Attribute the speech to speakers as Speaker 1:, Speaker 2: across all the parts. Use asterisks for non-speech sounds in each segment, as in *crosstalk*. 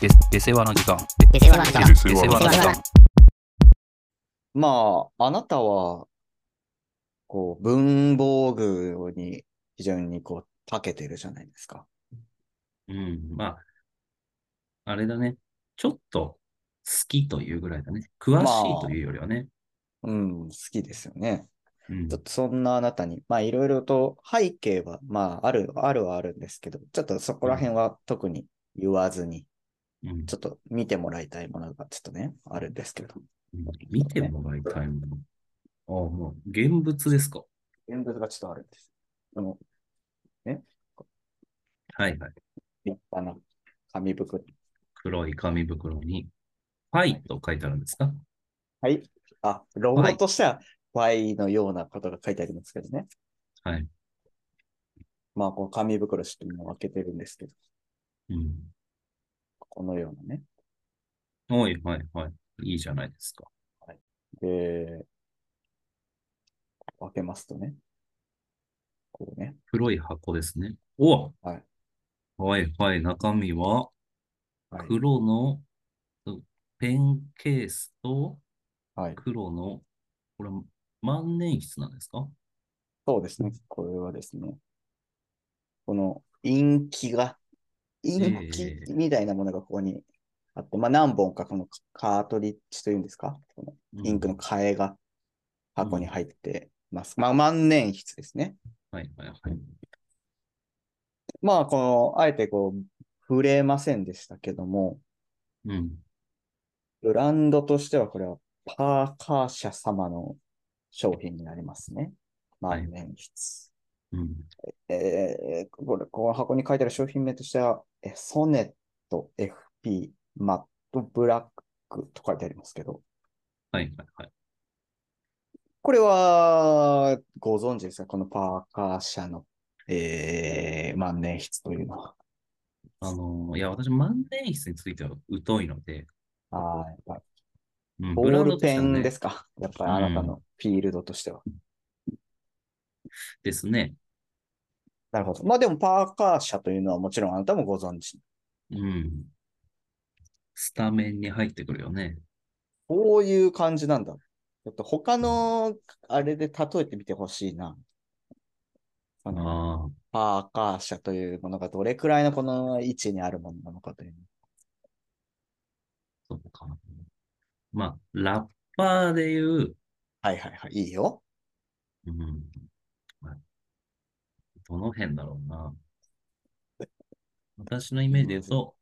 Speaker 1: で、で世話の時間。
Speaker 2: デセワの時間。
Speaker 3: で
Speaker 1: で
Speaker 3: 世
Speaker 1: 世話の
Speaker 3: 話の
Speaker 1: 時
Speaker 3: 時
Speaker 1: 間
Speaker 3: 間。
Speaker 4: まあ、あなたは、こう、文房具に非常にこう、長けてるじゃないですか。
Speaker 3: うん、まあ、あれだね。ちょっと好きというぐらいだね。詳しいというよりはね。
Speaker 4: うん、好きですよね。
Speaker 3: うん
Speaker 4: ちょっとそんなあなたに、まあいろいろと背景は、まあある、あるはあるんですけど、ちょっとそこら辺は特に言わずに、
Speaker 3: うん
Speaker 4: ちょっと見てもらいたいものがちょっとね、あるんですけど。
Speaker 3: うん見てもらいたいもの。ああ、もう、現物ですか。
Speaker 4: 現物がちょっとあるんです。この
Speaker 3: はいはい。
Speaker 4: 立派な紙袋。
Speaker 3: 黒い紙袋に、ファイと書いてあるんですか
Speaker 4: はい。あ、ロゴとしては Y のようなことが書いてありますけどね。
Speaker 3: はい。
Speaker 4: まあこう紙袋ちょっともう開けてるんですけど、
Speaker 3: うん。
Speaker 4: このようなね。
Speaker 3: はいはいはい。いいじゃないですか。
Speaker 4: で、開けますとね、こうね、
Speaker 3: 黒い箱ですね。お
Speaker 4: はい。
Speaker 3: はいはい。中身は、
Speaker 4: はい
Speaker 3: 黒のうんペンケースと
Speaker 4: はい。
Speaker 3: 黒の、これ、万年筆なんですか
Speaker 4: そうですね。これはですね、この陰気が、陰気
Speaker 3: ええ
Speaker 4: みたいなものがここにあって、まあ何本かこのカートリッジというんですか、この
Speaker 3: うん
Speaker 4: インクの替えが箱に入ってます。まあ万年筆ですね。
Speaker 3: はいはいはい。
Speaker 4: まあこの、あえてこう、触れませんでしたけども、
Speaker 3: うん。
Speaker 4: ブランドとしてはこれはパーカー社様の商品になりますね。
Speaker 3: はい
Speaker 4: 万年筆。
Speaker 3: うん。
Speaker 4: えーこれ、この箱に書いてある商品名としては、えソネット FP マットブラックと書いてありますけど、
Speaker 3: はいはいはい。
Speaker 4: これはご存知ですかこのパーカー社の、えー万年筆というのは。
Speaker 3: あのーいや、私、万年筆については疎いので、
Speaker 4: あーやっぱ
Speaker 3: うん、
Speaker 4: ボ
Speaker 3: ブラ
Speaker 4: ー
Speaker 3: ンド
Speaker 4: ル
Speaker 3: とし
Speaker 4: ペ
Speaker 3: ては
Speaker 4: ン
Speaker 3: ね
Speaker 4: ですか、やっぱりあなたのフィールドとしては。
Speaker 3: ですね。
Speaker 4: なるほど。まあでもパーカー社というのはもちろんあなたもご存知。
Speaker 3: うん。スタメンに入ってくるよね。
Speaker 4: こういう感じなんだ。ちょっと他のあれで例えてみてほしいな。あの
Speaker 3: ああ、
Speaker 4: パーカー社というものがどれくらいのこの位置にあるものなのかという。
Speaker 3: そっか。まあ、ラッパーでいう、
Speaker 4: はいはいはい、いいよ。
Speaker 3: うん。まあどの辺だろう
Speaker 4: *laughs*
Speaker 3: な。私のイメージで言うと、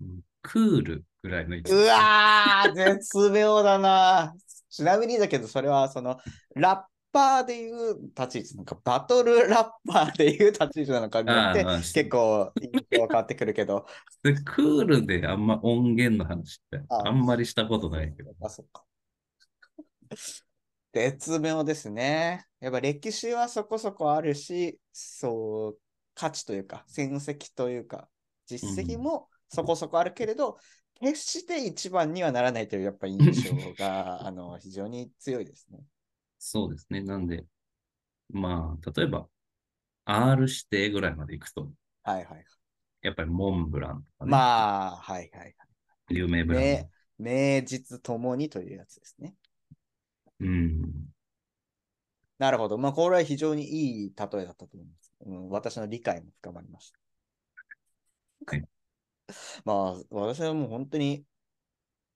Speaker 3: うんクールぐらいの位置
Speaker 4: う
Speaker 3: ですね。
Speaker 4: わー、絶妙だな。ちなみにだけど、それはその、ラッパーでいう立ち位置なのか、バトルラッパーでいう立ち位置なのかによ
Speaker 3: あ
Speaker 4: っ
Speaker 3: ー
Speaker 4: て、
Speaker 3: まあ
Speaker 4: 結構印象が変わってくるけど、
Speaker 3: で、クールであんま音源の話って
Speaker 4: あ
Speaker 3: あんまりしたことないけど。
Speaker 4: あ、そっか。 *laughs* 絶妙ですね。やっぱ歴史はそこそこあるし、そう、価値というか、戦績というか、実績もそこそこあるけれど、決して一番にはならないという、やっぱ印象
Speaker 3: *laughs*
Speaker 4: が、あの、非常に強いですね。
Speaker 3: そうですね。なんで、まあ、例えば、R 指定ぐらいまで行くと、
Speaker 4: はいはい。
Speaker 3: やっぱりモンブランとかね、
Speaker 4: まあ、はいはい。
Speaker 3: 有名ブランド。
Speaker 4: 名名実ともにというやつですね。
Speaker 3: うん。
Speaker 4: なるほど。まあ、これは非常にいい例えだったと思います。うん、私の理解も深まりました。
Speaker 3: はい
Speaker 4: *laughs* まあ、私はもう本当に、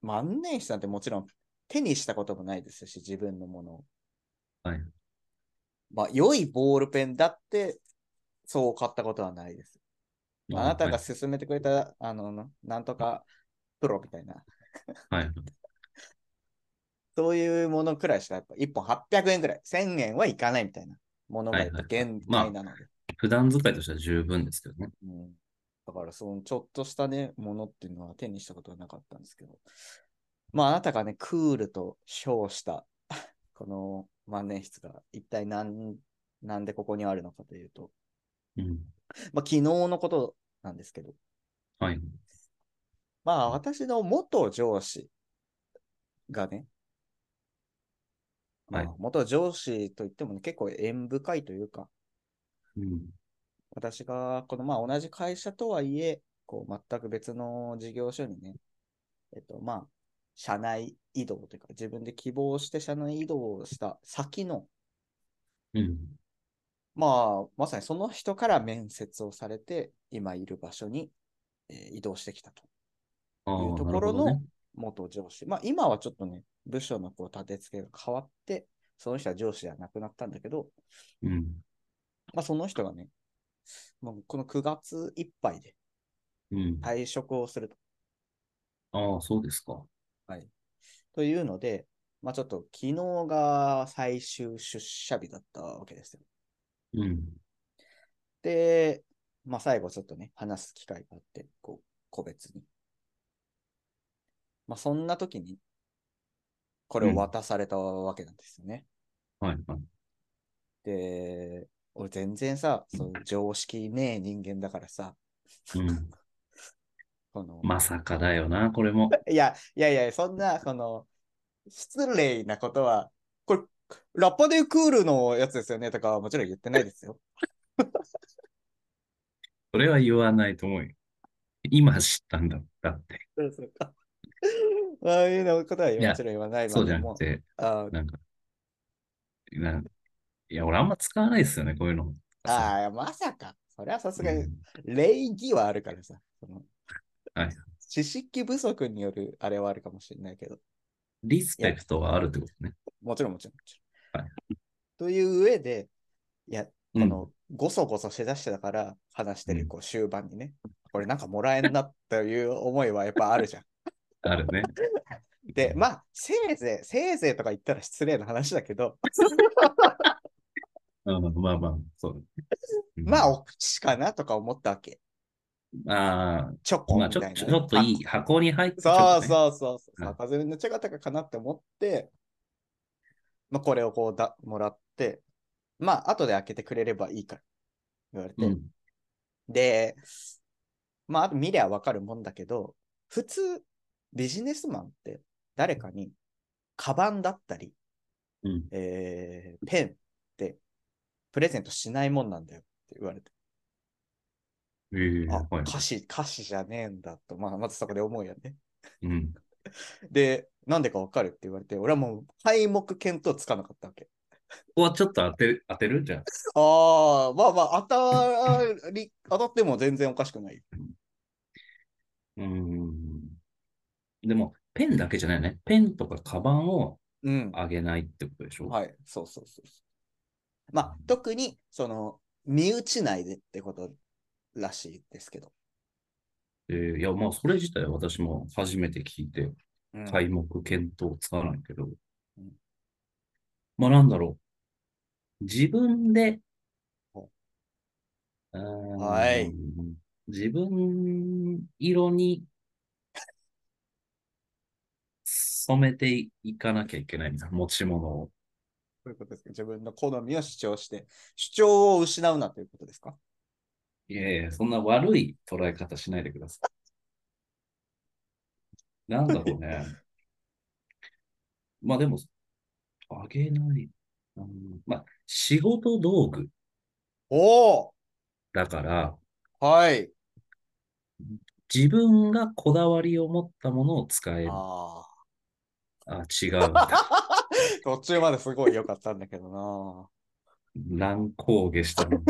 Speaker 4: 万年筆なんてもちろん手にしたこともないですし、自分のものを。
Speaker 3: はい
Speaker 4: まあ、良いボールペンだって、そう買ったことはないです。あなたが
Speaker 3: は
Speaker 4: 勧めてくれた、あの、ななんとかプロみたいな、
Speaker 3: い、はい。
Speaker 4: そういうものくらいしか、やっぱ1本800円くらい、1000円はいかないみたいなものがやっぱ
Speaker 3: はいはい
Speaker 4: 限
Speaker 3: まあ
Speaker 4: 界なので。
Speaker 3: 普段使いとしては十分ですけどね。
Speaker 4: うん、だから、そのちょっとしたね、ものっていうのは手にしたことはなかったんですけど、まあ、あなたがね、クールと称した、 *laughs* この万年筆が一体なん、なんでここにあるのかというと、
Speaker 3: うん。
Speaker 4: まあ、昨日のことなんですけど、
Speaker 3: はい。
Speaker 4: まあ、私の元上司がね、ま
Speaker 3: は
Speaker 4: あ
Speaker 3: い。
Speaker 4: 元上司といってもね、結構縁深いというか、
Speaker 3: うん。
Speaker 4: 私が、このまあ同じ会社とはいえ、こう、全く別の事業所にね、えっと、まあ、社内移動というか、自分で希望して社内移動をした先の、
Speaker 3: うん。
Speaker 4: まあ、まさにその人から面接をされて、今いる場所に、えー移動してきたと。
Speaker 3: ああ、
Speaker 4: いうと
Speaker 3: な
Speaker 4: こ
Speaker 3: る
Speaker 4: ろ
Speaker 3: ほ
Speaker 4: の
Speaker 3: どね。
Speaker 4: 元上司。まあ今はちょっとね、部署のこう立て付けが変わって、その人は上司じゃなくなったんだけど、
Speaker 3: うん。
Speaker 4: まあその人がね、もうこの9月いっぱいで
Speaker 3: うん。
Speaker 4: 退職をすると,、
Speaker 3: ああ、そうですか。
Speaker 4: はい、というので、まあちょっと昨日が最終出社日だったわけですよ。
Speaker 3: うん。
Speaker 4: で、まあ最後ちょっとね、話す機会があって、こう、個別に。まあそんな時に、これを渡されたわけなんですよね。
Speaker 3: はい、はい。
Speaker 4: で、俺全然さ、そう常識ねえ人間だからさ、 *laughs*
Speaker 3: うん。
Speaker 4: この、
Speaker 3: まさかだよな、これも。
Speaker 4: いや、いやいや、そんな、その、失礼なことは、これ、ラッパでクールのやつですよねとかはもちろん言ってないですよ。
Speaker 3: それは言わないと思うよ。今知ったんだ、だって。
Speaker 4: そうそうか。ああいうのことはもちろん言わない
Speaker 3: そ
Speaker 4: ま
Speaker 3: うじ
Speaker 4: で
Speaker 3: ゃなく
Speaker 4: も、
Speaker 3: て、
Speaker 4: あ
Speaker 3: なんか、なんいや、俺あんま使わないですよね、こういうの。
Speaker 4: あー、まさか。それはさすが
Speaker 3: う
Speaker 4: に
Speaker 3: ん
Speaker 4: 礼儀はあるからさ。その
Speaker 3: はい
Speaker 4: 知識不足によるあれはあるかもしれないけど。
Speaker 3: リスペクトはあるってことね。
Speaker 4: もちろんもちろんもちろん。
Speaker 3: はい
Speaker 4: という上で、いや、こ
Speaker 3: うん
Speaker 4: の、ごそごそしだしてたから話して
Speaker 3: う
Speaker 4: る
Speaker 3: ん
Speaker 4: こう終盤にね、これなんかもらえんなっていう思いはやっぱあ
Speaker 3: *laughs*
Speaker 4: るじゃん。
Speaker 3: あるね。
Speaker 4: で、まあ、せいぜい、せいぜいとか言ったら失礼な話だけど、
Speaker 3: うんまあまあ、そう。うん
Speaker 4: まあ、お口かなとか思ったわけ。
Speaker 3: あ
Speaker 4: チョ
Speaker 3: あ、
Speaker 4: コ
Speaker 3: まあ
Speaker 4: み
Speaker 3: ちょ
Speaker 4: たいなね、
Speaker 3: ちょちょっといい箱に入ってちょ
Speaker 4: そう
Speaker 3: っとね
Speaker 4: そうそうそう。
Speaker 3: うん
Speaker 4: 坂詰めのチョコとかかなって思って、まあ、これをこうだもらって、まあ、後で開けてくれればいいから、言われて。
Speaker 3: うん
Speaker 4: で、まあ、あと見りゃわかるもんだけど、普通、ビジネスマンって誰かに、カバンだったり、
Speaker 3: うん
Speaker 4: えーペンってプレゼントしないもんなんだよって言われて、
Speaker 3: ええ
Speaker 4: あ、
Speaker 3: はい。
Speaker 4: 歌詞、歌詞じゃねえんだと、まあ、まずそこで思うよね。
Speaker 3: うん。
Speaker 4: で、なんでかわかるって言われて、俺はもう、敗目見当つかなかったわけ。
Speaker 3: ここはちょっと当てる、当てるじゃん。
Speaker 4: ああ、まあまあ、当た
Speaker 3: *laughs*
Speaker 4: り、当たっても全然おかしくない。
Speaker 3: うん。でも、ペンだけじゃないよね。ペンとかカバンを
Speaker 4: うん。
Speaker 3: あげないってことでしょ
Speaker 4: はい、そうそうそうそう。まあ、特に、その、身内内でってことらしいですけど。
Speaker 3: えーいや、まあ、それ自体は私も初めて聞いて、
Speaker 4: うん
Speaker 3: 題目検討つかないけど
Speaker 4: うん、
Speaker 3: まあ、なんだろう。自分で、
Speaker 4: ほ
Speaker 3: うーん
Speaker 4: はい
Speaker 3: 自分色に染めていかなきゃいけないみたいな持ち物を。
Speaker 4: そういうことですか。自分の好みを主張して、主張を失うなということですか
Speaker 3: いやいや、そんな悪い捉え方しないでください。なんだろう
Speaker 4: *laughs*
Speaker 3: ね。まあでも、あげない。うんまあ、仕事道具
Speaker 4: お
Speaker 3: だから、
Speaker 4: おはい。
Speaker 3: 自分がこだわりを持ったものを使える。
Speaker 4: ああ。
Speaker 3: あ、違
Speaker 4: *laughs*
Speaker 3: うんだ。
Speaker 4: 途中まですごい良かったんだけどな。
Speaker 3: 乱高下したの。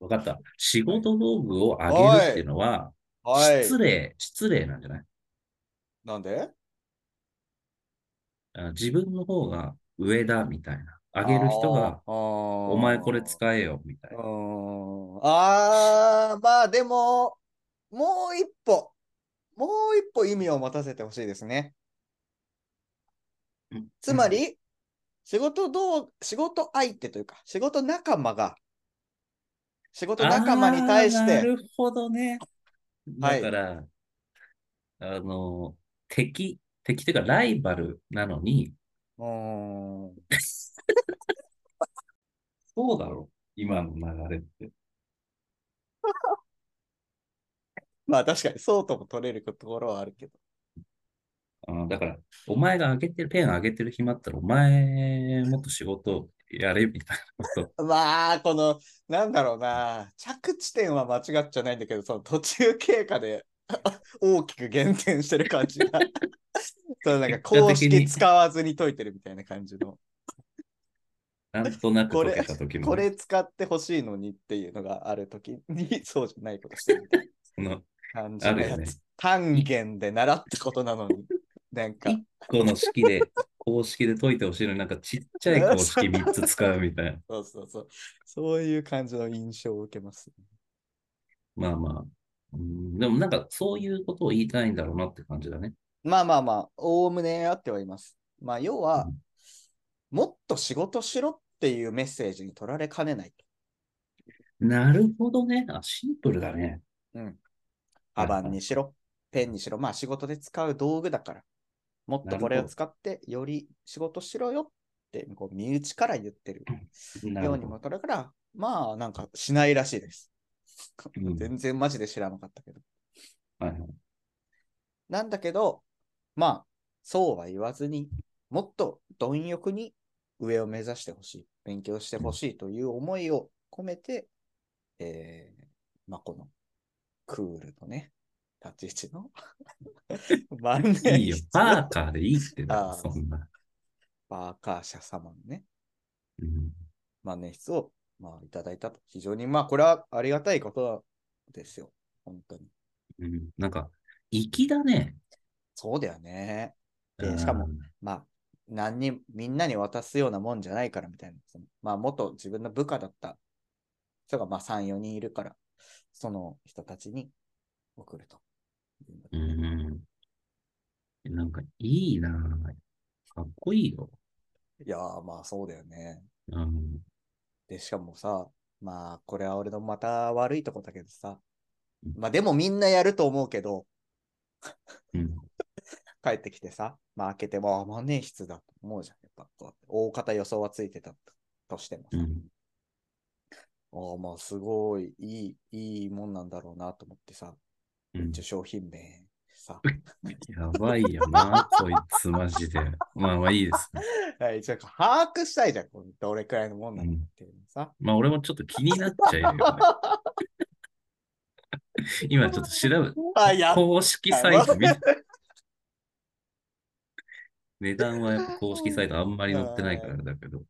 Speaker 3: わかった。仕事道具をあげるっていうのは、
Speaker 4: はい。
Speaker 3: 失礼、失礼なんじゃない
Speaker 4: なんで
Speaker 3: あ自分の方が上だみたいな。あげる人が、、お
Speaker 4: お
Speaker 3: 前これ使えよみたいうな。
Speaker 4: ーんあー、まあでも、もう一歩、もう一歩意味を持たせてほしいですね。つまり、仕事どう、仕事相手というか、仕事仲間が、仕事仲間に対し
Speaker 3: あーな
Speaker 4: て、
Speaker 3: るほどね。
Speaker 4: は
Speaker 3: だ
Speaker 4: い
Speaker 3: から、あの、敵、敵というかライバルなのに、
Speaker 4: うーん、
Speaker 3: そうだろう、今の流れって。
Speaker 4: まあ確かにそうとも取れるところはあるけど。
Speaker 3: あーだから、お前があげてる、ペンあげてる暇あったら、お前もっと仕事やれみたいな
Speaker 4: *laughs*
Speaker 3: こと。
Speaker 4: まあ、この、なんだろうな、着地点は間違っちゃないんだけど、その途中経過で *laughs* 大きく減点してる感じが。 *laughs* そうなんか公
Speaker 3: 結果的
Speaker 4: 式
Speaker 3: に
Speaker 4: 使わずに解いてるみたいな感じの。
Speaker 3: なんとなく
Speaker 4: これ
Speaker 3: 解けた時も
Speaker 4: これ使ってほしいのにっていうのがあるときに、そうじゃないことしてるみたい
Speaker 3: その
Speaker 4: な感じの
Speaker 3: あ
Speaker 4: や
Speaker 3: るよね
Speaker 4: つ。単元で習ったことなのに、なんか、
Speaker 3: この式で、公式で解いてほしいのに、なんかちっちゃい公式3つ使うみたいな。
Speaker 4: そうそうそう、そういう感じの印象を受けます。
Speaker 3: まあまあ。うん、でもなんかそういうことを言いたいんだろうなって感じだね。
Speaker 4: まあまあまあ、おおむねあってはいます。まあ、要は、もっと仕事しろっていうメッセージに取られかねない。
Speaker 3: なるほどね。あ、シンプルだね。
Speaker 4: うん。
Speaker 3: は
Speaker 4: カ
Speaker 3: いはい
Speaker 4: バンにしろ、ペンにしろ、まあ仕事で使う道具だから、もっとこれ
Speaker 3: なる
Speaker 4: を
Speaker 3: ほど
Speaker 4: 使ってより仕事しろよって、こう身内から言ってる
Speaker 3: な
Speaker 4: よう
Speaker 3: る
Speaker 4: に
Speaker 3: ほ
Speaker 4: も取れるから、まあなんかしないらしいです。
Speaker 3: うん
Speaker 4: 全然マジで知らなかったけど。
Speaker 3: ど。はいはい
Speaker 4: なんだけど、まあそうは言わずにもっと貪欲に上を目指してほしい、勉強してほしいという思いを込めて、えー、まあこのクールのね、立ち位置の *laughs* 万年筆
Speaker 3: いいよ。バーカーでいいって
Speaker 4: あ
Speaker 3: な、
Speaker 4: ー
Speaker 3: そんな。
Speaker 4: バーカー社様のね、
Speaker 3: うん
Speaker 4: 万年筆を、まあ、いただいたと。非常に、まあ、これはありがたいことですよ。本当に。
Speaker 3: うん、なんか、粋だね。
Speaker 4: そうだよね。で
Speaker 3: うん
Speaker 4: しかもまあ、何人、みんなに渡すようなもんじゃないからみたいな。そのまあ、元自分の部下だった人が、まあ、3、4人いるから、その人たちに送ると。
Speaker 3: うん。なんか、いいなかっこいいよ。
Speaker 4: いやー、まあ、そうだよね。
Speaker 3: うん。
Speaker 4: で、しかもさ、まあ、これは俺のまた悪いとこだけどさ
Speaker 3: うん、
Speaker 4: まあ、でもみんなやると思うけど、
Speaker 3: うん。
Speaker 4: 帰ってきてさ、まあ開けても、あ万年筆だと思うじゃん。やっぱこう、大方予想はついてたとしてもさ、
Speaker 3: うん
Speaker 4: ああ、まあすごいいい、いいもんなんだろうなと思ってさ、
Speaker 3: うん
Speaker 4: 受賞品名さ、
Speaker 3: やばいよな、こいつマジで。まあまあいいです、ね。
Speaker 4: はい、ちょっと把握したいじゃん。こうどれくらいのもんなの
Speaker 3: う
Speaker 4: っ
Speaker 3: ん
Speaker 4: ていうのさ。
Speaker 3: まあ俺もちょっと気になっちゃいるよね。今ちょっと調べ、
Speaker 4: あ、やっ
Speaker 3: 公式サイト見値段はやっぱ公式サイトあんまり載ってないからだけど。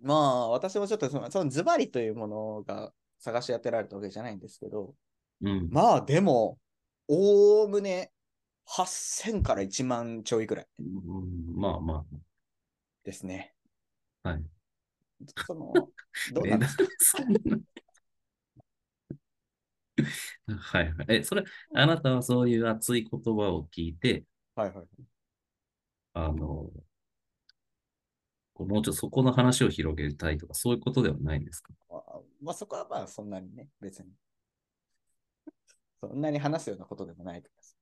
Speaker 4: まあ私もちょっとその、そのズバリというものが探し当てられたわけじゃないんですけど、
Speaker 3: うん。
Speaker 4: まあでも、おおむね8000から1万ちょいくらい。
Speaker 3: うんまあま
Speaker 4: ですね。
Speaker 3: はい。
Speaker 4: その、ど
Speaker 3: あ。
Speaker 4: う
Speaker 3: 値
Speaker 4: なんで
Speaker 3: 段
Speaker 4: すか
Speaker 3: そんな。 *laughs* はいはい。え、それ、あなたはそういう熱い言葉を聞いて、
Speaker 4: はいはい。
Speaker 3: あの、こうもうちょっとそこの話を広げたいとか、そういうことではないんですか
Speaker 4: まあ、まあ、そこはまあそんなにね、別に。そんなに話すようなことでもないからさ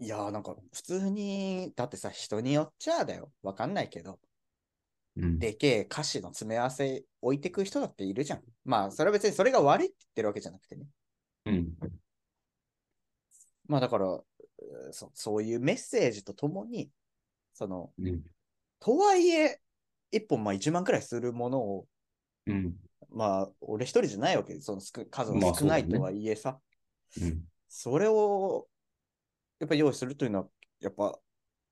Speaker 4: いやーなんか普通に、だってさ、人によっちゃだよ。わかんないけど、
Speaker 3: うん。
Speaker 4: でけえ歌詞の詰め合わせ置いてく人だっているじゃん。まあそれは別にそれが悪いって言ってるわけじゃなくてね。
Speaker 3: うん。
Speaker 4: まあだから、うーそそういうメッセージとともに、その、
Speaker 3: うん。
Speaker 4: とはいえ、一本まあ1万くらいするものを
Speaker 3: うん。
Speaker 4: まあ、俺一人じゃないわけで、その少数
Speaker 3: まあ
Speaker 4: の少ない
Speaker 3: そうだね
Speaker 4: とはいえさ、
Speaker 3: うん。
Speaker 4: それを、やっぱ用意するというのは、やっぱ、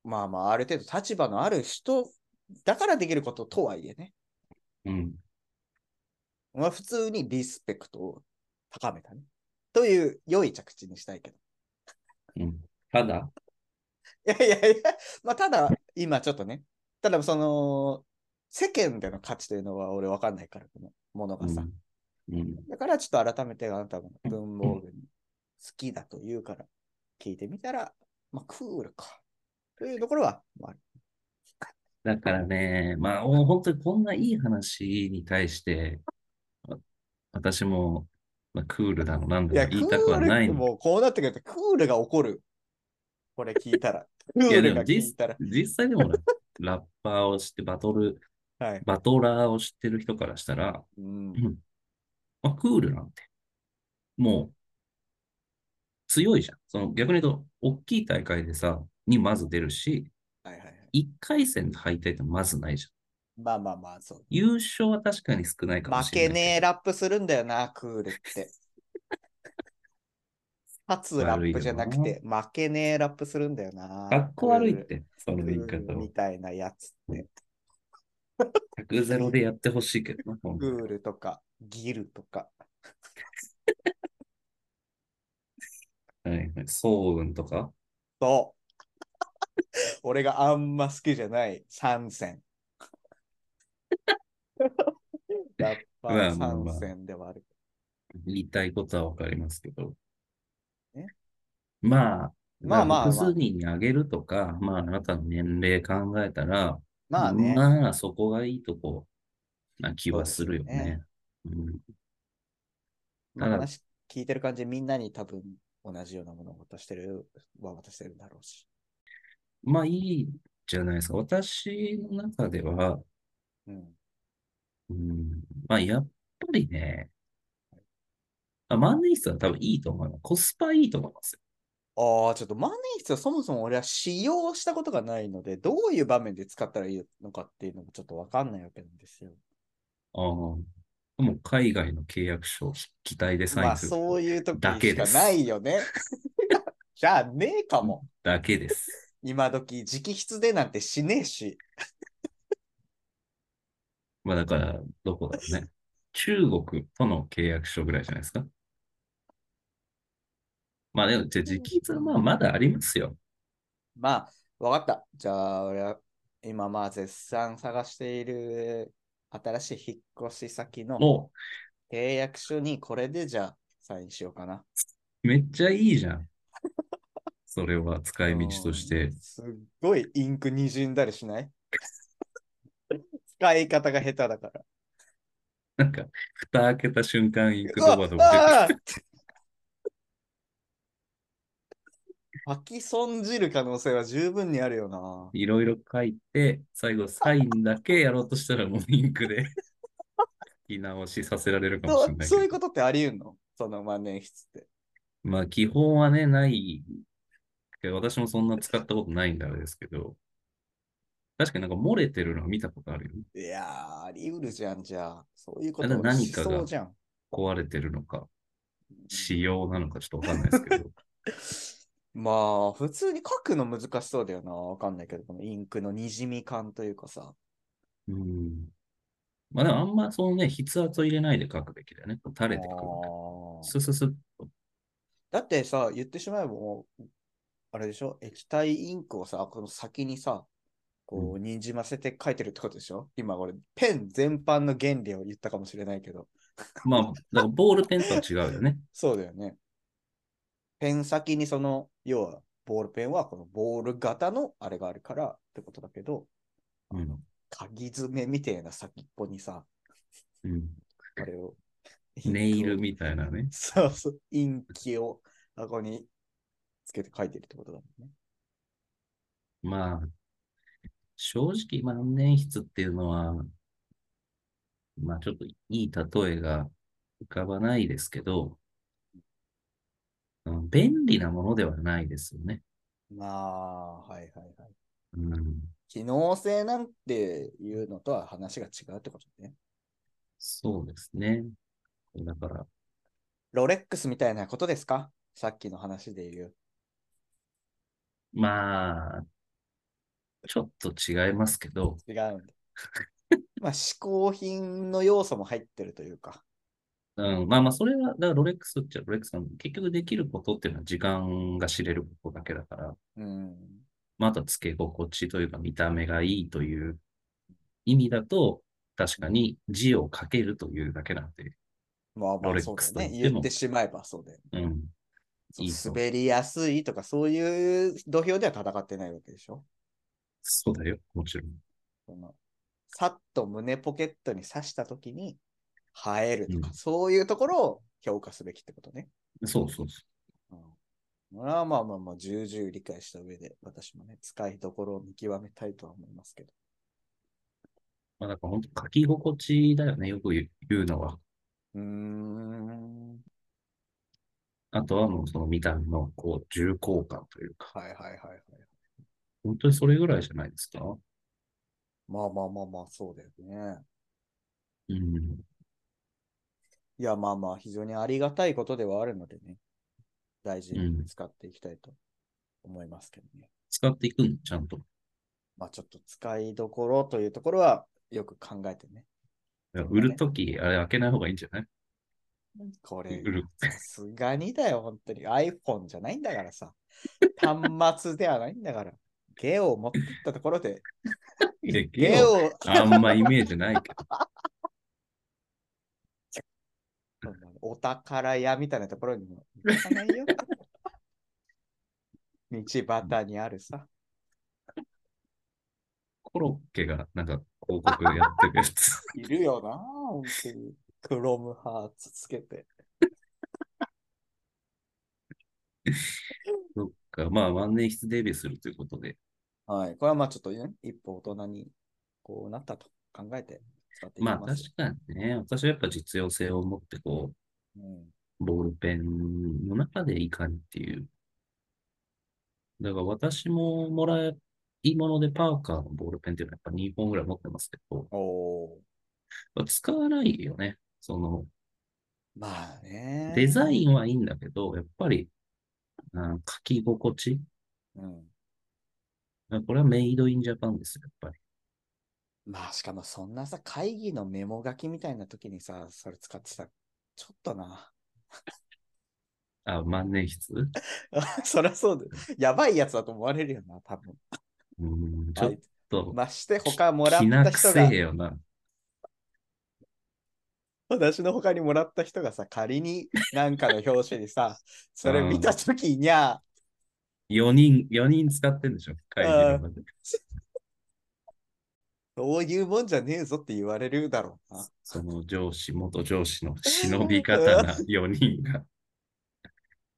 Speaker 4: まあまあ、ある程度立場のある人だからできることとはいえね、
Speaker 3: うん。
Speaker 4: まあ普通にリスペクトを高めたね。という良い着地にしたいけど。
Speaker 3: うんただ、
Speaker 4: いやいやいや、まあただ、今ちょっとね、ただその、世間での価値というのは俺わかんないから、このものがさ。
Speaker 3: うんうん
Speaker 4: だからちょっと改めてあなたも文房具に好きだと言うから聞いてみたら、まあクールか。というところは、まあ、
Speaker 3: だからね、まあ、お本当にこんないい話に対して、わ私も、まあ、クールだの、なん
Speaker 4: い
Speaker 3: だ
Speaker 4: や、
Speaker 3: の
Speaker 4: ク
Speaker 3: 言いたくは
Speaker 4: ー
Speaker 3: ない
Speaker 4: ル
Speaker 3: の。
Speaker 4: もうこうなってくるとクールが怒る。これ聞いたら。クー
Speaker 3: や
Speaker 4: ル
Speaker 3: でも
Speaker 4: が聞いたら。
Speaker 3: 実際でも
Speaker 4: *laughs*
Speaker 3: ラ、ラッパーを知って、バトル、
Speaker 4: はい。
Speaker 3: バトラーを知ってる人からしたら、
Speaker 4: うん
Speaker 3: う。んまあ、クールなんて、もう、強いじゃん。その逆に言うと、大きい大会でさ、にまず出るし、
Speaker 4: はいはいはい。
Speaker 3: 1回戦で敗退ってまずないじゃん。
Speaker 4: まあまあまあ、そう。
Speaker 3: 優勝は確かに少ないかも
Speaker 4: 負
Speaker 3: し
Speaker 4: け
Speaker 3: れない
Speaker 4: ねえ
Speaker 3: け
Speaker 4: ラップするんだよな、クールって。勝つラップじゃなくて、負けねえラップするんだよな。
Speaker 3: ど。かっこ悪いっ
Speaker 4: ク
Speaker 3: て、その
Speaker 4: ール。
Speaker 3: 言い
Speaker 4: クー
Speaker 3: 方
Speaker 4: ルみ
Speaker 3: を。
Speaker 4: たいなやつって。
Speaker 3: 100ゼロでやってほしいけどな、ほん
Speaker 4: ク
Speaker 3: と
Speaker 4: ールとか、ギルとか。
Speaker 3: はいはい。総運とか。
Speaker 4: そう。俺があんま好きじゃない参
Speaker 3: *laughs*
Speaker 4: 戦。ラッパー
Speaker 3: まあまあま
Speaker 4: 参
Speaker 3: あ
Speaker 4: 戦ではある。
Speaker 3: 言いたいことはわかりますけど
Speaker 4: え。
Speaker 3: まあ、
Speaker 4: まあまあまあ
Speaker 3: 複数人にあげるとか、まあ、あなたの年齢考えたら、
Speaker 4: まあね。
Speaker 3: まあ、そこがいいとこな気はするよね。うん
Speaker 4: まあ
Speaker 3: ただ
Speaker 4: 話聞いてる感じ、みんなに多分同じようなものを渡してるは渡してるんだろうし。
Speaker 3: まあ、いいじゃないですか。私の中では、
Speaker 4: うん。
Speaker 3: うん、まあ、やっぱりね、あ万年筆は多分いいと思います。コスパいいと思いますよ。
Speaker 4: ああ、ちょっと万年筆はそもそも俺は使用したことがないので、どういう場面で使ったらいいのかっていうのもちょっとわかんないわけなんですよ。
Speaker 3: ああ、もう海外の契約書を筆記体でサイ
Speaker 4: ま
Speaker 3: ン
Speaker 4: あ
Speaker 3: する
Speaker 4: そういう時
Speaker 3: だけ
Speaker 4: し
Speaker 3: で
Speaker 4: か
Speaker 3: す
Speaker 4: ないよね。 *laughs* じゃあねえかも。
Speaker 3: だけです。
Speaker 4: 今時直筆でなんてしねえし。
Speaker 3: まあだから、どこだろうね。中国との契約書ぐらいじゃないですか。まあでも、じゃあ直筆はまあまだありますよ。
Speaker 4: まあ、わかった。じゃあ、俺は今まあ絶賛探している新しい引っ越し先の
Speaker 3: お、
Speaker 4: 契約書にこれでじゃあサインしようかな。
Speaker 3: めっちゃいいじゃん。それは使い道として
Speaker 4: *laughs* うん。すっごいインクにじんだりしない *laughs* 使い方が下手だから。
Speaker 3: なんか、蓋開けた瞬間、インクドバド
Speaker 4: う
Speaker 3: バ出て
Speaker 4: わあ *laughs* あ書き損じる可能性は十分にあるよな。
Speaker 3: いろいろ書いて、最後サインだけやろうとしたらもうインクで *laughs* 書き直しさせられるかもしれないけ
Speaker 4: そういう
Speaker 3: ど。
Speaker 4: ことってあり得んのその万年筆って。
Speaker 3: まあ基本はね、ない。私もそんな使ったことないんであれですけど。確かになんか漏れてるのは見たことあるよね。
Speaker 4: いやー、あり得るじゃん、じゃあ。そういうこと
Speaker 3: ただ
Speaker 4: を
Speaker 3: 何
Speaker 4: し
Speaker 3: かが
Speaker 4: そうじゃん。
Speaker 3: 壊れてるのか、仕様なのかちょっとわかんないですけ
Speaker 4: *laughs*
Speaker 3: ど。
Speaker 4: まあ、普通に書くの難しそうだよな。わかんないけど、このインクのにじみ感というかさ。
Speaker 3: うん。まあでもあんまそのね、筆圧を入れないで書くべきだよね。垂れてくるか
Speaker 4: あ
Speaker 3: ら。
Speaker 4: ー
Speaker 3: スススッと。
Speaker 4: だってさ、言ってしまえばもう、あれでしょ液体インクをさ、この先にさ、こう、にじませて書いてるってことでしょ今俺、ペン全般の原理を言ったかもしれないけど。
Speaker 3: まあ、だからボールペンとは違うよね。
Speaker 4: そうだよね。ペン先にその、要は、ボールペンはこのボール型のあれがあるからってことだけど、
Speaker 3: うん。
Speaker 4: 鍵爪みたいな先っぽにさ、
Speaker 3: うん。
Speaker 4: あれを。
Speaker 3: ネイル
Speaker 4: ンクを
Speaker 3: みたいなね。
Speaker 4: そうそう、インキを箱につけて書いてるってことだもんね。
Speaker 3: まあ、正直万年筆っていうのは、まあちょっといい例えが浮かばないですけど、うん便利なものではないですよね。
Speaker 4: まあ、はいはいはい。
Speaker 3: うん
Speaker 4: 機能性なんていうのとは話が違うってことね。
Speaker 3: そうですね。だから、
Speaker 4: ロレックスみたいなことですかさっきの話で言う。
Speaker 3: まあ、ちょっと違いますけど、
Speaker 4: 違うん
Speaker 3: *laughs*
Speaker 4: だ。まあ、嗜好品の要素も入ってるというか。
Speaker 3: うん、まあまあ、それは、だからロレックスっちゃロレックスなんで結局できることっていうのは時間が知れることだけだから、
Speaker 4: うん。
Speaker 3: まあ、あとは付け心地というか見た目がいいという意味だと、確かに字を書けるというだけなんで、
Speaker 4: まあま
Speaker 3: ロ
Speaker 4: あ、
Speaker 3: レ
Speaker 4: そ
Speaker 3: ッ
Speaker 4: う
Speaker 3: ク
Speaker 4: だよ
Speaker 3: スとい
Speaker 4: ね
Speaker 3: っ。ても
Speaker 4: 言ってしまえばそうだよね。
Speaker 3: うん、
Speaker 4: そう
Speaker 3: いいぞ
Speaker 4: 滑りやすいとか、そういう土俵では戦ってないわけでしょ。
Speaker 3: そうだよ、もちろん。
Speaker 4: そのさっと胸ポケットに刺したときに、生えるとか、
Speaker 3: うん
Speaker 4: そういうところを評価すべきってことね。
Speaker 3: そうそうそ
Speaker 4: うんこれはまあまあまあ、重々理解した上で、私もね、使いどころを見極めたいとは思いますけど。
Speaker 3: う。まあ、だから本当書き心地だよね、よく言う言うのは。
Speaker 4: うーん。は
Speaker 3: あとはもうその見た目のこう重厚感というか、
Speaker 4: いはいはいはい。
Speaker 3: 本当にそれぐらいじゃないですか。
Speaker 4: まあまあまあまあ、そうだよね。
Speaker 3: うん。
Speaker 4: いや、まあまあ、非常にありがたいことではあるのでね、大事
Speaker 3: う
Speaker 4: に
Speaker 3: ん
Speaker 4: 使っていきたいと思いますけどね。
Speaker 3: 使っていくん、ちゃんと。
Speaker 4: まあちょっと使いどころというところはよく考えてね。
Speaker 3: いや売るとき、あれ開けない方がいいんじゃない
Speaker 4: これ
Speaker 3: 売、る。
Speaker 4: さすがにだよ、本当に。iPhone じゃないんだからさ。端末ではないんだから。ゲオを持ってったところで、
Speaker 3: いや
Speaker 4: ゲオを
Speaker 3: あんまイメージないけど。
Speaker 4: お宝屋みたいなところにも行かないよ。道端にあるさ。
Speaker 3: コロッケがなんか広告でやってるやつ。
Speaker 4: いるよな、本当に。クロムハーツつけて。
Speaker 3: そっか、まあ、万年筆デビューするということで。
Speaker 4: はい。これはまあちょっとね、一歩大人にこうなったと考えて使っていき
Speaker 3: まあ、
Speaker 4: ま
Speaker 3: 確
Speaker 4: す。
Speaker 3: かにね、私はやっぱ実用性を持って、こ
Speaker 4: うん、
Speaker 3: う、ボールペンの中でいかにっていう。だから私ももらい物でパーカーのボールペンっていうのはやっぱ2本ぐらい持ってますけど、
Speaker 4: おー。
Speaker 3: まあ使わないよね。その、
Speaker 4: まあね。
Speaker 3: デザインはいいんだけど、やっぱり、あ書き心地。
Speaker 4: うん。
Speaker 3: これはメイドインジャパンですよ、やっぱり。
Speaker 4: まあしかもそんなさ、会議のメモ書きみたいな時にさ、それ使ってたらちょっとな。 *laughs*
Speaker 3: あ、万年筆
Speaker 4: そりゃそうだよ。やばいやつだと思われるよな、多分。
Speaker 3: うーん、ちょっと、
Speaker 4: まして他もらっ
Speaker 3: 気な
Speaker 4: た
Speaker 3: く
Speaker 4: 人
Speaker 3: せ
Speaker 4: が
Speaker 3: え、よな。
Speaker 4: *laughs* 私の他にもらった人がさ、仮になんかの表紙にさ、それ見た時にゃ、
Speaker 3: 4人、四人使ってんでしょ会議の場で。
Speaker 4: そういうもんじゃねえぞって言われるだろうな。
Speaker 3: その上司、元上司の忍び方
Speaker 4: *laughs*
Speaker 3: な4人が、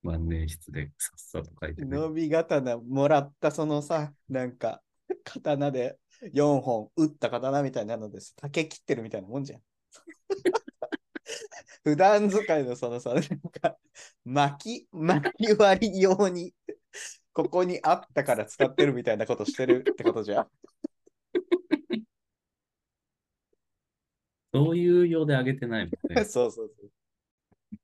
Speaker 3: 万年筆でさっさと書いてね。
Speaker 4: 伸び刀もらったそのさ、なんか、刀で4本打った刀みたいなのです。竹切ってるみたいなもんじゃん。 *laughs* 普段使いのそのさ、なんか、巻き、巻き割り用に、ここにあったから使ってるみたいなことしてるってことじゃん。
Speaker 3: そういう用であげてないも
Speaker 4: *laughs*
Speaker 3: んね。
Speaker 4: そうそうそう。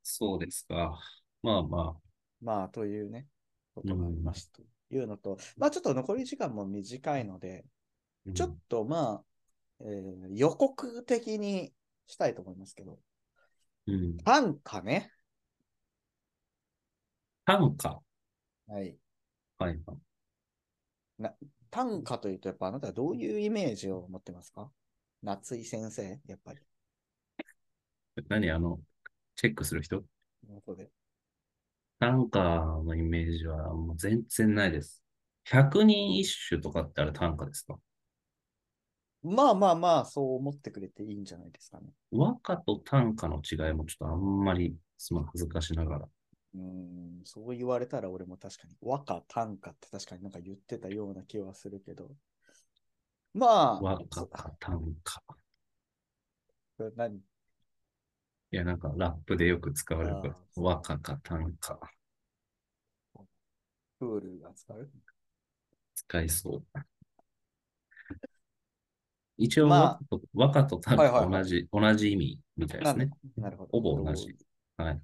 Speaker 3: そうですか。まあま
Speaker 4: まあ、というね、ことがありました。というのと、まあちょっと残り時間も短いので、
Speaker 3: あ。
Speaker 4: ちょっとまあ、えー予告的にしたいと思いますけど、
Speaker 3: うん。
Speaker 4: 短歌ね。
Speaker 3: 短歌。
Speaker 4: はい。
Speaker 3: はい。
Speaker 4: 短歌というと、やっぱあなたはどういうイメージを持ってますか夏井先生、やっぱり。
Speaker 3: 何あの、チェックする人
Speaker 4: 元で
Speaker 3: 短歌のイメージはもう全然ないです。百人一首とかってあれ短歌ですか
Speaker 4: まあまあまあ、そう思ってくれていいんじゃないですかね。
Speaker 3: 和歌と短歌の違いもちょっとあんまり、すまん恥ずかしながら。
Speaker 4: うーん、そう言われたら俺も確かに、和歌、短歌って確かになんか言ってたような気はするけど。ま
Speaker 3: 和
Speaker 4: あ、
Speaker 3: 歌か短歌。
Speaker 4: そ何
Speaker 3: いや、なんかラップでよく使われるから
Speaker 4: あ、ー
Speaker 3: 和歌か短歌
Speaker 4: プールが使う
Speaker 3: 使いそう。一応
Speaker 4: まあ
Speaker 3: 和歌と、和歌と短
Speaker 4: はいはい
Speaker 3: 歌
Speaker 4: はい
Speaker 3: 同じ、同じ意味みたいで
Speaker 4: な
Speaker 3: す
Speaker 4: んで
Speaker 3: ね。
Speaker 4: なるほど。
Speaker 3: ほぼ同じ。はい。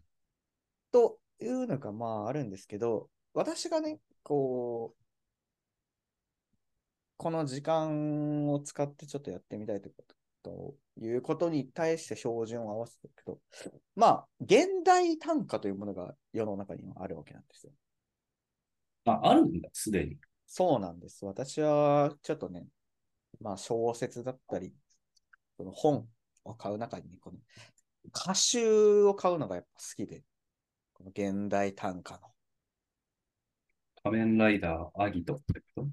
Speaker 4: というのがまああるんですけど、私がね、こう、この時間を使ってちょっとやってみたいということということに対して標準を合わせていくと、まあ、現代短歌というものが世の中にはあるわけなんですよ。
Speaker 3: あ、あるんだ、すでに。
Speaker 4: そうなんです。私はちょっとね、まあ小説だったり、その本を買う中にね、この歌集を買うのがやっぱ好きで、この現代短歌の
Speaker 3: 仮面ライダー、アギトってこと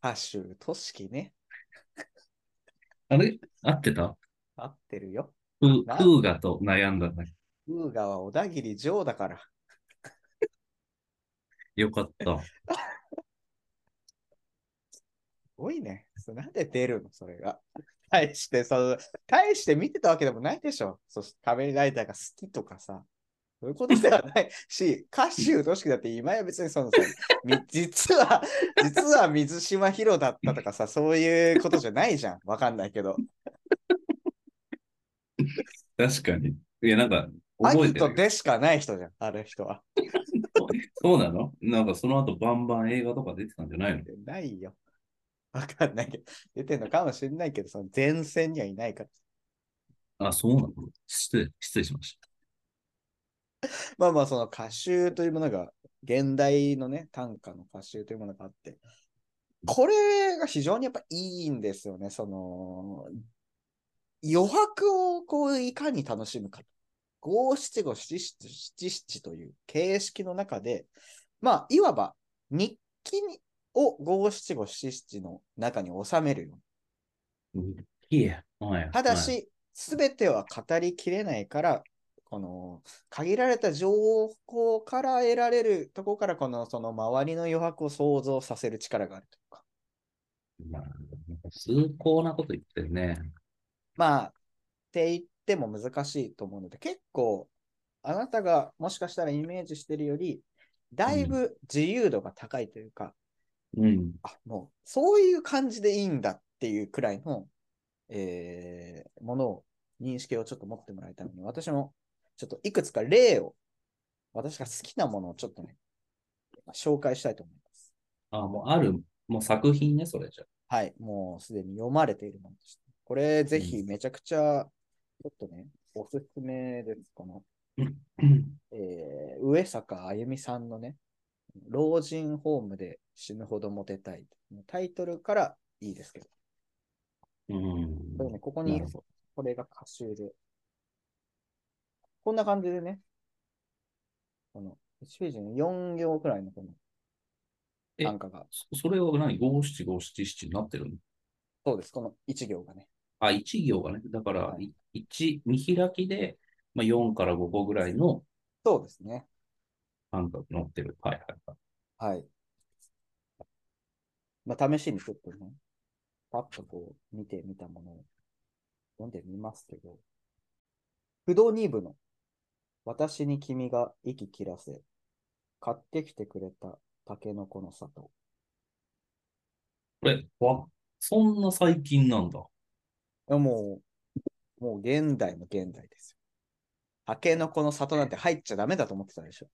Speaker 4: 歌集、都市記ね、
Speaker 3: あれ合ってた
Speaker 4: 合ってるよ。
Speaker 3: クー
Speaker 4: な
Speaker 3: クーガと悩んだんだけど
Speaker 4: ウーガは小田切城だから。
Speaker 3: よかった。
Speaker 4: すごいね。そなんで出るのそれが。対して、その、対して見てたわけでもないでしょ。そして、仮面ライダーが好きとかさ、そういうことではないし、歌手としだって今や別にそのさ、み *laughs* 実は、実は水島ヒロだったとかさ、そういうことじゃないじゃん。わかんないけど。
Speaker 3: 確かに。いや、なんか、覚え
Speaker 4: 兄
Speaker 3: てる
Speaker 4: と
Speaker 3: よ。
Speaker 4: でしかない人じゃん、ある人は。
Speaker 3: そうなのなんか、その後バンバン映画とか出てたんじゃないの
Speaker 4: ないよ。わかんないけど、出てんのかもしれないけど、その前線にはいないから。
Speaker 3: あ、そうなの失礼、失礼しました。
Speaker 4: まあまあ、その歌集というものが、現代のね、短歌の歌集というものがあって、これが非常にやっぱいいんですよね。その、余白をこういかに楽しむか。五七五七七七七という形式の中で、まあ、いわば日記にを五七五七七の中に収めるような
Speaker 3: いや、はい。
Speaker 4: ただ
Speaker 3: はい、
Speaker 4: し、すべては語りきれないから、この限られた情報から得られるところから、このその周りの余白を想像させる力があるというか。
Speaker 3: まあ、なんか崇高なこと言ってるね。
Speaker 4: まあ、って言っても難しいと思うので、結構、あなたがもしかしたらイメージしてるより、だいぶ自由度が高いというか、
Speaker 3: うん。
Speaker 4: あ、もう、そういう感じでいいんだっていうくらいの、えーものを、認識をちょっと持ってもらいために、私も、ちょっといくつか例を、私が好きなものをちょっとね、紹介したいと思います。
Speaker 3: あ、もうある、もう作品ね、それじゃ。
Speaker 4: はい、もうすでに読まれているものです。これ、ぜひ、めちゃくちゃ、ちょっとね、おすすめです。この、えー上坂あゆみさんのね、老人ホームで死ぬほどモテたい。タイトルからいいですけど、
Speaker 3: うん。
Speaker 4: これね、ここ
Speaker 3: な
Speaker 4: に
Speaker 3: るほ
Speaker 4: これが歌集で。こんな感じでね、この1ページに4行くらいのこの
Speaker 3: え
Speaker 4: 単価が、
Speaker 3: そそれは何五七五七七になってるの
Speaker 4: そうです、この1行がね。
Speaker 3: あ、一行がね。だから
Speaker 4: はい
Speaker 3: い、一、見開きで、まあ、4から5個ぐらいの
Speaker 4: そうですね。
Speaker 3: 感覚載ってる。はいはいはい。
Speaker 4: はい。まあ、試しにちょっとね、パッとこう見てみたものを読んでみますけど、不動二部の私に君が息切らせ、買ってきてくれたタケノコの里。
Speaker 3: これ、わ、そんな最近なんだ。
Speaker 4: いやもう、もう現代の現代ですよ。タケノコの里なんて入っちゃダメだと思ってたでしょ。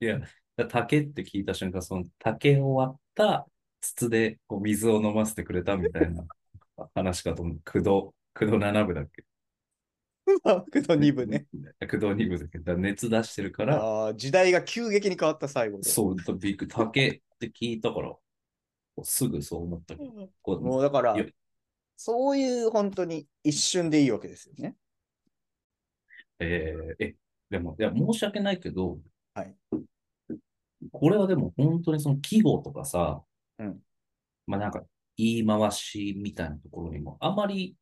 Speaker 3: いや、だ竹って聞いた瞬間、その竹を割った筒でこう水を飲ませてくれたみたいな *laughs* 話かと思う。くど、くど7部だっけ
Speaker 4: 僕の二部ね。。
Speaker 3: くど2部だっけだから熱出してるから、
Speaker 4: ああ、時代が急激に変わった最後で。
Speaker 3: そう、ビッグ竹って聞いたから、こうすぐそう思ったけど。こう
Speaker 4: もうだから
Speaker 3: いや、
Speaker 4: そういう本当に一瞬でいいわけですよね。
Speaker 3: えーえ、でも、いや、申し訳ないけど、
Speaker 4: はい
Speaker 3: これはでも本当にその季語とかさ、
Speaker 4: うん
Speaker 3: まあなんか言い回しみたいなところにも、あまり、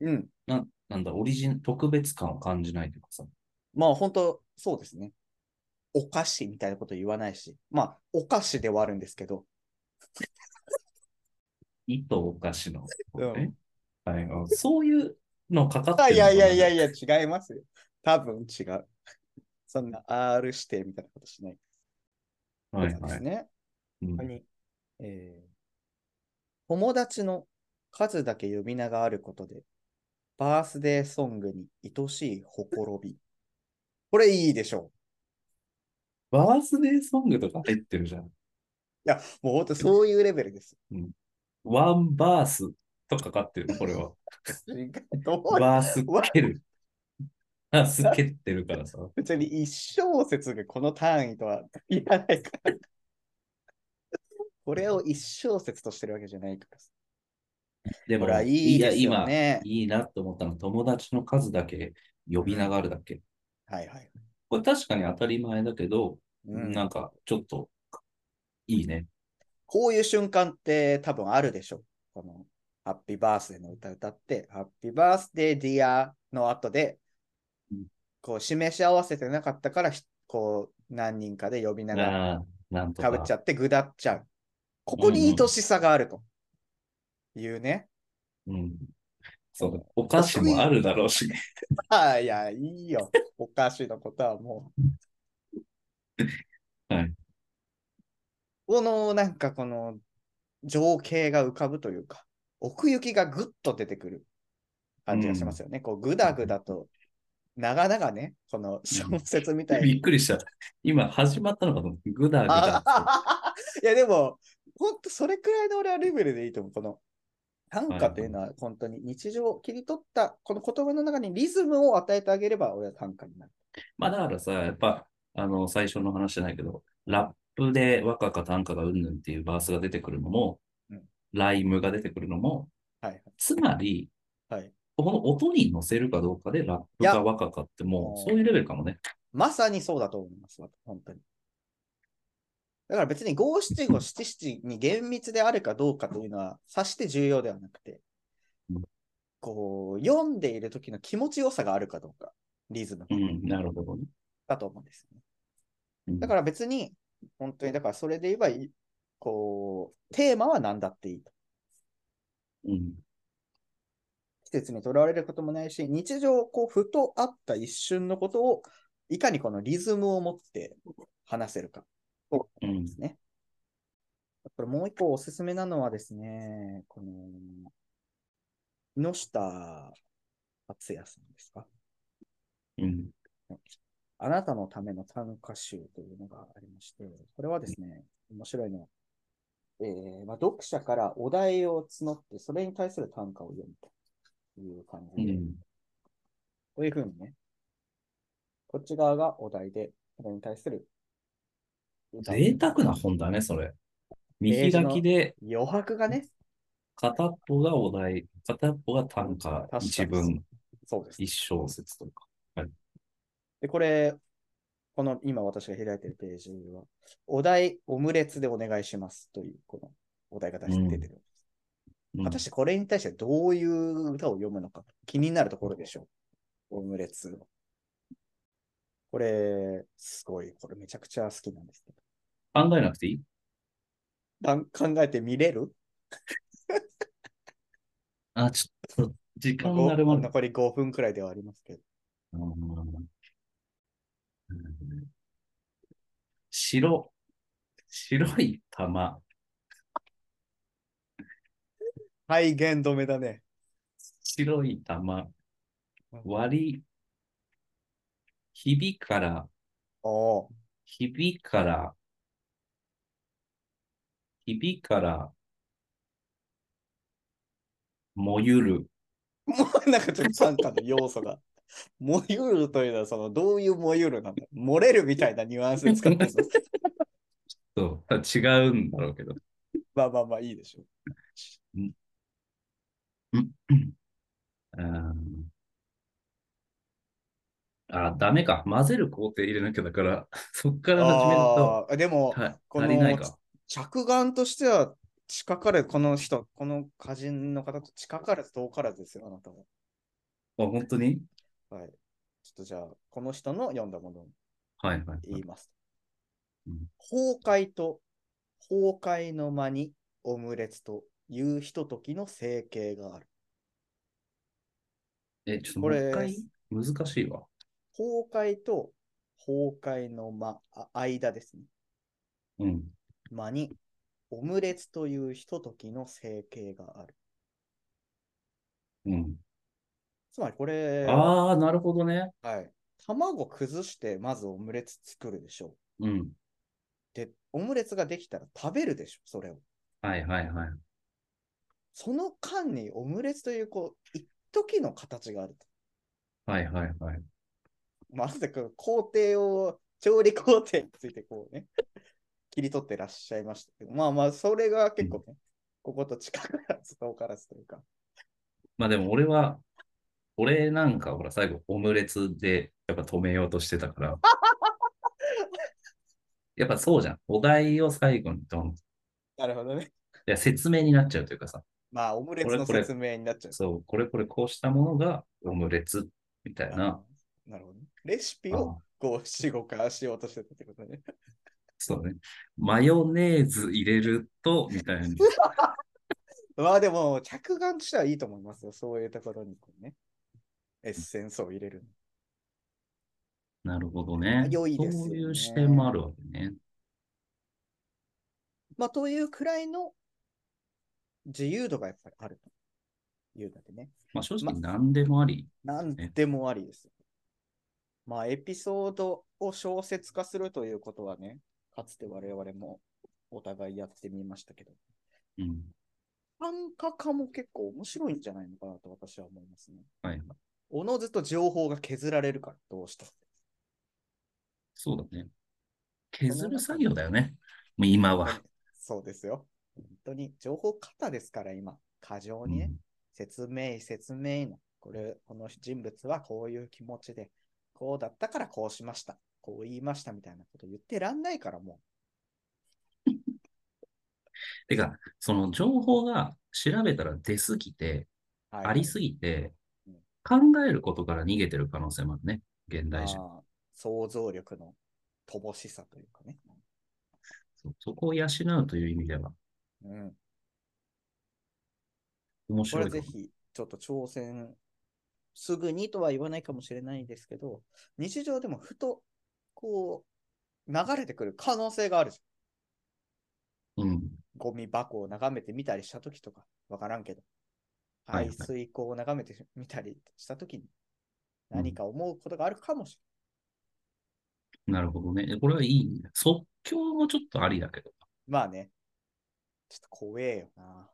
Speaker 4: うん。
Speaker 3: なん、なんだ、オリジン、特別感を感じないというかさ、
Speaker 4: まあ本当、そうですね。お菓子みたいなこと言わないし、まあ、お菓子ではあるんですけど、
Speaker 3: 糸お菓子の、
Speaker 4: うん
Speaker 3: ねはい、あそういうのかかって
Speaker 4: あ
Speaker 3: る
Speaker 4: い
Speaker 3: のか
Speaker 4: や
Speaker 3: ない
Speaker 4: やいやいや、違いますよ。多分違う。そんな R 指定みたいなことしない
Speaker 3: は
Speaker 4: で
Speaker 3: い
Speaker 4: すね。
Speaker 3: はい。うん
Speaker 4: 他に、えー友達の数だけ呼び名があることで、バースデーソングに愛しいほころび。これいいでしょ
Speaker 3: バースデーソングとか入ってるじゃん。
Speaker 4: う。いや、もう本当そういうレベルです。
Speaker 3: ワンバースとかかってる、これ
Speaker 4: *laughs*
Speaker 3: は。
Speaker 4: 違うどう
Speaker 3: バース蹴る。バース蹴ってるからさ。
Speaker 4: 別に一小節がこの単位とは言わないから。これを一小節としてるわけじゃないから。
Speaker 3: で
Speaker 4: ほ
Speaker 3: も、
Speaker 4: ら、いい
Speaker 3: や
Speaker 4: ですよね
Speaker 3: 今、。いいなと思ったの、友達の数だけ呼び名があるだけ。
Speaker 4: はいはい。
Speaker 3: これ確かに当たり前だけど、
Speaker 4: うん
Speaker 3: なんかちょっと、いいね。
Speaker 4: こういう瞬間って多分あるでしょ。この、ハッピーバースデーの歌歌って、ハッピーバースデーディアの後で
Speaker 3: うん、
Speaker 4: こう、示し合わせてなかったから、ひこう、何人かで呼び名が
Speaker 3: なあ、なんと
Speaker 4: かぶっちゃ
Speaker 3: か。
Speaker 4: って、ぐだっちゃう。ここに愛しさがあるというね。
Speaker 3: うん。そのお菓子もあるだろう
Speaker 4: *laughs*
Speaker 3: しね。
Speaker 4: ああ、いや、いいよ。お菓子のことはもう。
Speaker 3: *laughs* はい。
Speaker 4: この、なんかこの、情景が浮かぶというか、奥行きがぐっと出てくる感じがしますよね。こう、ぐだぐだと、長々ね、この小説みたい
Speaker 3: びっ
Speaker 4: に。
Speaker 3: くりした。今始まったのかと思って、ぐだ
Speaker 4: *laughs*
Speaker 3: ぐだって。
Speaker 4: あ *laughs* いや、でも、ほんと、それくらいの俺はレベルでいいと思う。この、短歌っていうのは、本当に日常を切り取った、この言葉の中にリズムを与えてあげれば、俺は短歌になる。
Speaker 3: まあだからさ、やっぱ、あの、最初の話じゃないけど、ラップで和歌か短歌がうんぬんっていうバースが出てくるのも、
Speaker 4: うん
Speaker 3: ライムが出てくるのも、
Speaker 4: はい。
Speaker 3: つまり、
Speaker 4: はい。
Speaker 3: この音に乗せるかどうかでラップ
Speaker 4: い
Speaker 3: か
Speaker 4: や
Speaker 3: 和歌かって
Speaker 4: も
Speaker 3: もう、
Speaker 4: う
Speaker 3: そういうレベルかもね。
Speaker 4: まさにそうだと思います、本当に。だから別に五七五七七に厳密であるかどうかというのは、さして重要ではなくて
Speaker 3: うん、
Speaker 4: こう、読んでいる時の気持ちよさがあるかどうか、リズム
Speaker 3: うん、なるほどね。
Speaker 4: だと思うんですよね。
Speaker 3: うん
Speaker 4: だから別に、本当に、だからそれで言えばいい、こう、テーマは何だっていいと。
Speaker 3: うん。
Speaker 4: 季節にとらわれることもないし、日常、こう、ふとあった一瞬のことを、いかにこのリズムを持って話せるか。
Speaker 3: うん
Speaker 4: ですね。これもう一個おすすめなのはですね、この、木下敦也さんですか。
Speaker 3: うん。
Speaker 4: あなたのための短歌集というのがありまして、これはですね、面白いのは、えーまあ、読者からお題を募って、それに対する短歌を読むという感
Speaker 3: う
Speaker 4: じで、
Speaker 3: ん。
Speaker 4: こういうふうにね、こっち側がお題で、それに対する歌
Speaker 3: 贅沢な本だね、それ。見開きで
Speaker 4: 余白がね、
Speaker 3: 片っぽがお題、片っぽが短歌
Speaker 4: 確か、に
Speaker 3: 一文、
Speaker 4: そうです。
Speaker 3: 一小節とか。
Speaker 4: で、これ、この今私が開いてるページは、お題、オムレツでお願いしますという、このお題が出して出てる。
Speaker 3: うん
Speaker 4: 果たしてこれに対してどういう歌を読むのか気になるところでしょう。オムレツ。これ、すごい、これめちゃくちゃ好きなんですけど。
Speaker 3: 考えなくていい
Speaker 4: だん考えてみれる
Speaker 3: あ、ちょっと、時間があるまで。
Speaker 4: 残り5分くらいではありますけど。
Speaker 3: うん白、白い玉。
Speaker 4: はい、限止めだね。
Speaker 3: 白い玉、割り、ひびから、
Speaker 4: おー
Speaker 3: ひびから、ひびから、もゆる。
Speaker 4: もうなんかちょっと短歌の要素が。もゆるというのは、その、どういうもゆるなんだ漏れるみたいなニュアンスで使ってる。
Speaker 3: そう、違うんだろうけど。
Speaker 4: まあまあまあいいでしょう。
Speaker 3: うんあ、ダメか。混ぜる工程入れなきゃだから、 *laughs* そっから始めると、
Speaker 4: あーでも、
Speaker 3: はい、
Speaker 4: こ
Speaker 3: 足りない
Speaker 4: の
Speaker 3: か。
Speaker 4: 着眼としては、近かれ、この人、この歌人の方と近からず遠からずですよ、あなたも。
Speaker 3: あ、本当に
Speaker 4: はい。ちょっとじゃあ、この人の読んだものを
Speaker 3: はいはい。
Speaker 4: 言います。
Speaker 3: うん
Speaker 4: 崩壊と崩壊の間にオムレツというひとときの成形がある。
Speaker 3: え、ちょっと
Speaker 4: こ
Speaker 3: もう
Speaker 4: れ
Speaker 3: 一回、難しいわ。
Speaker 4: 崩壊と崩壊の間、あ間ですね。
Speaker 3: うん。
Speaker 4: 間にオムレツというひとときの成形がある。
Speaker 3: うん。
Speaker 4: つまりこれ、は
Speaker 3: ああ、なるほどね。
Speaker 4: い、卵崩してまずオムレツ作るでしょう。
Speaker 3: うん。
Speaker 4: で、オムレツができたら食べるでしょ、それを。
Speaker 3: はいはいはい。
Speaker 4: その間にオムレツというこう、一時の形があると。
Speaker 3: はいはいはい。
Speaker 4: まさか工程を、調理工程についてこうね、切り取ってらっしゃいましたけど、まあまあ、それが結構ね、ここと近からず遠からずというか、
Speaker 3: まあでも俺は、俺なんかほら最後オムレツでやっぱ止めようとしてたか
Speaker 4: *laughs*
Speaker 3: ら。やっぱそうじゃん。お題を最後にドン。い
Speaker 4: なるほどね。
Speaker 3: や説明になっちゃうというかさ。
Speaker 4: *laughs* まあ、オムレツの
Speaker 3: これこれ
Speaker 4: 説明になっちゃう。
Speaker 3: そう、これこれこうしたものがオムレツみたいな。
Speaker 4: なるほど、ね。レシピ
Speaker 3: あ
Speaker 4: をこう、四五からしようとしてたってことね。 *laughs* *laughs*
Speaker 3: そうね。マヨネーズ入れると、みたいな。
Speaker 4: まあでも、着眼としてはいいと思いますよ。そういうところにこうね、エッセンスを入れる。
Speaker 3: なるほどね。
Speaker 4: 良いですよね
Speaker 3: そういう視点もあるわけね。
Speaker 4: まあ、というくらいの自由度がやっぱりあるというだけね。
Speaker 3: まあ正直何でもあり。
Speaker 4: なんでもありですよ。まあ、エピソードを小説化するということはね、かつて我々もお互いやってみましたけど、
Speaker 3: うん。
Speaker 4: 短歌化も結構面白いんじゃないのかなと私は思いますね。
Speaker 3: はい。
Speaker 4: おのずと情報が削られるから、どうしたって
Speaker 3: そうだね。削る作業だよね。もう今は。
Speaker 4: そうですよ。本当に情報過多ですから、今。過剰にね、
Speaker 3: うん
Speaker 4: 説明、説明の。これ、この人物はこういう気持ちで、こうだったからこうしました。こう言いましたみたいなこと言ってらんないから、も
Speaker 3: てか、その情報が調べたら出すぎて、
Speaker 4: う。はい
Speaker 3: ありすぎて
Speaker 4: うん、
Speaker 3: 考えることから逃げてる可能性もあるね。現代人。
Speaker 4: あー想像力の乏しさというかね。
Speaker 3: そうそこを養うという意味では
Speaker 4: うん。
Speaker 3: 面
Speaker 4: こ
Speaker 3: 白
Speaker 4: れ
Speaker 3: いか
Speaker 4: ぜ
Speaker 3: も。
Speaker 4: ひ、ちょっと挑戦、すぐにとは言わないかもしれないですけど、日常でもふと、こう、流れてくる可能性があるじゃん
Speaker 3: うん。
Speaker 4: ゴミ箱を眺めてみたりしたときとか、わからんけど、
Speaker 3: はい
Speaker 4: 排水溝を眺めてみたりしたときに、
Speaker 3: うん
Speaker 4: 何か思うことがあるかもし
Speaker 3: なるほどね。これはいい。即興もちょっとありだけど。
Speaker 4: れない。まあね、ちょっと怖えよな。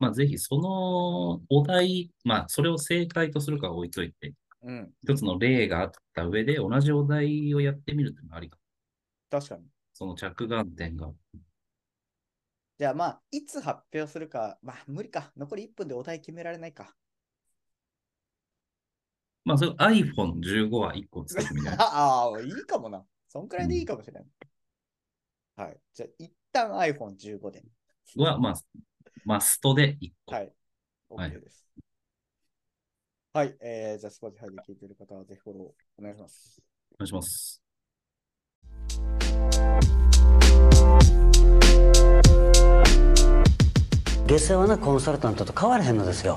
Speaker 3: まあ、ぜひそのお題、まあ、それを正解とするかは置いといて、
Speaker 4: うん、
Speaker 3: 一つの例があった上で、同じお題をやってみるっていうのはありかも。
Speaker 4: 確かに。
Speaker 3: その着眼点が。
Speaker 4: じゃあまあ、いつ発表するか、まあ無理か。残り1分でお題決められないか。
Speaker 3: まあ、それ iPhone15 は1個作ってみたい
Speaker 4: *laughs*
Speaker 3: な。
Speaker 4: ああ、いいかもな。そんくらいでいいかもしれない。はい。じゃあ、一旦 iPhone15 で。
Speaker 3: は、まあ、マストで1個。
Speaker 4: はい。
Speaker 3: はい
Speaker 4: OK です。はい、えーじゃあ、Spotify で聞いてる方はぜひフォローお願いします。
Speaker 3: お願いします。
Speaker 1: 下世話なコンサルタントと変わらへんのですよ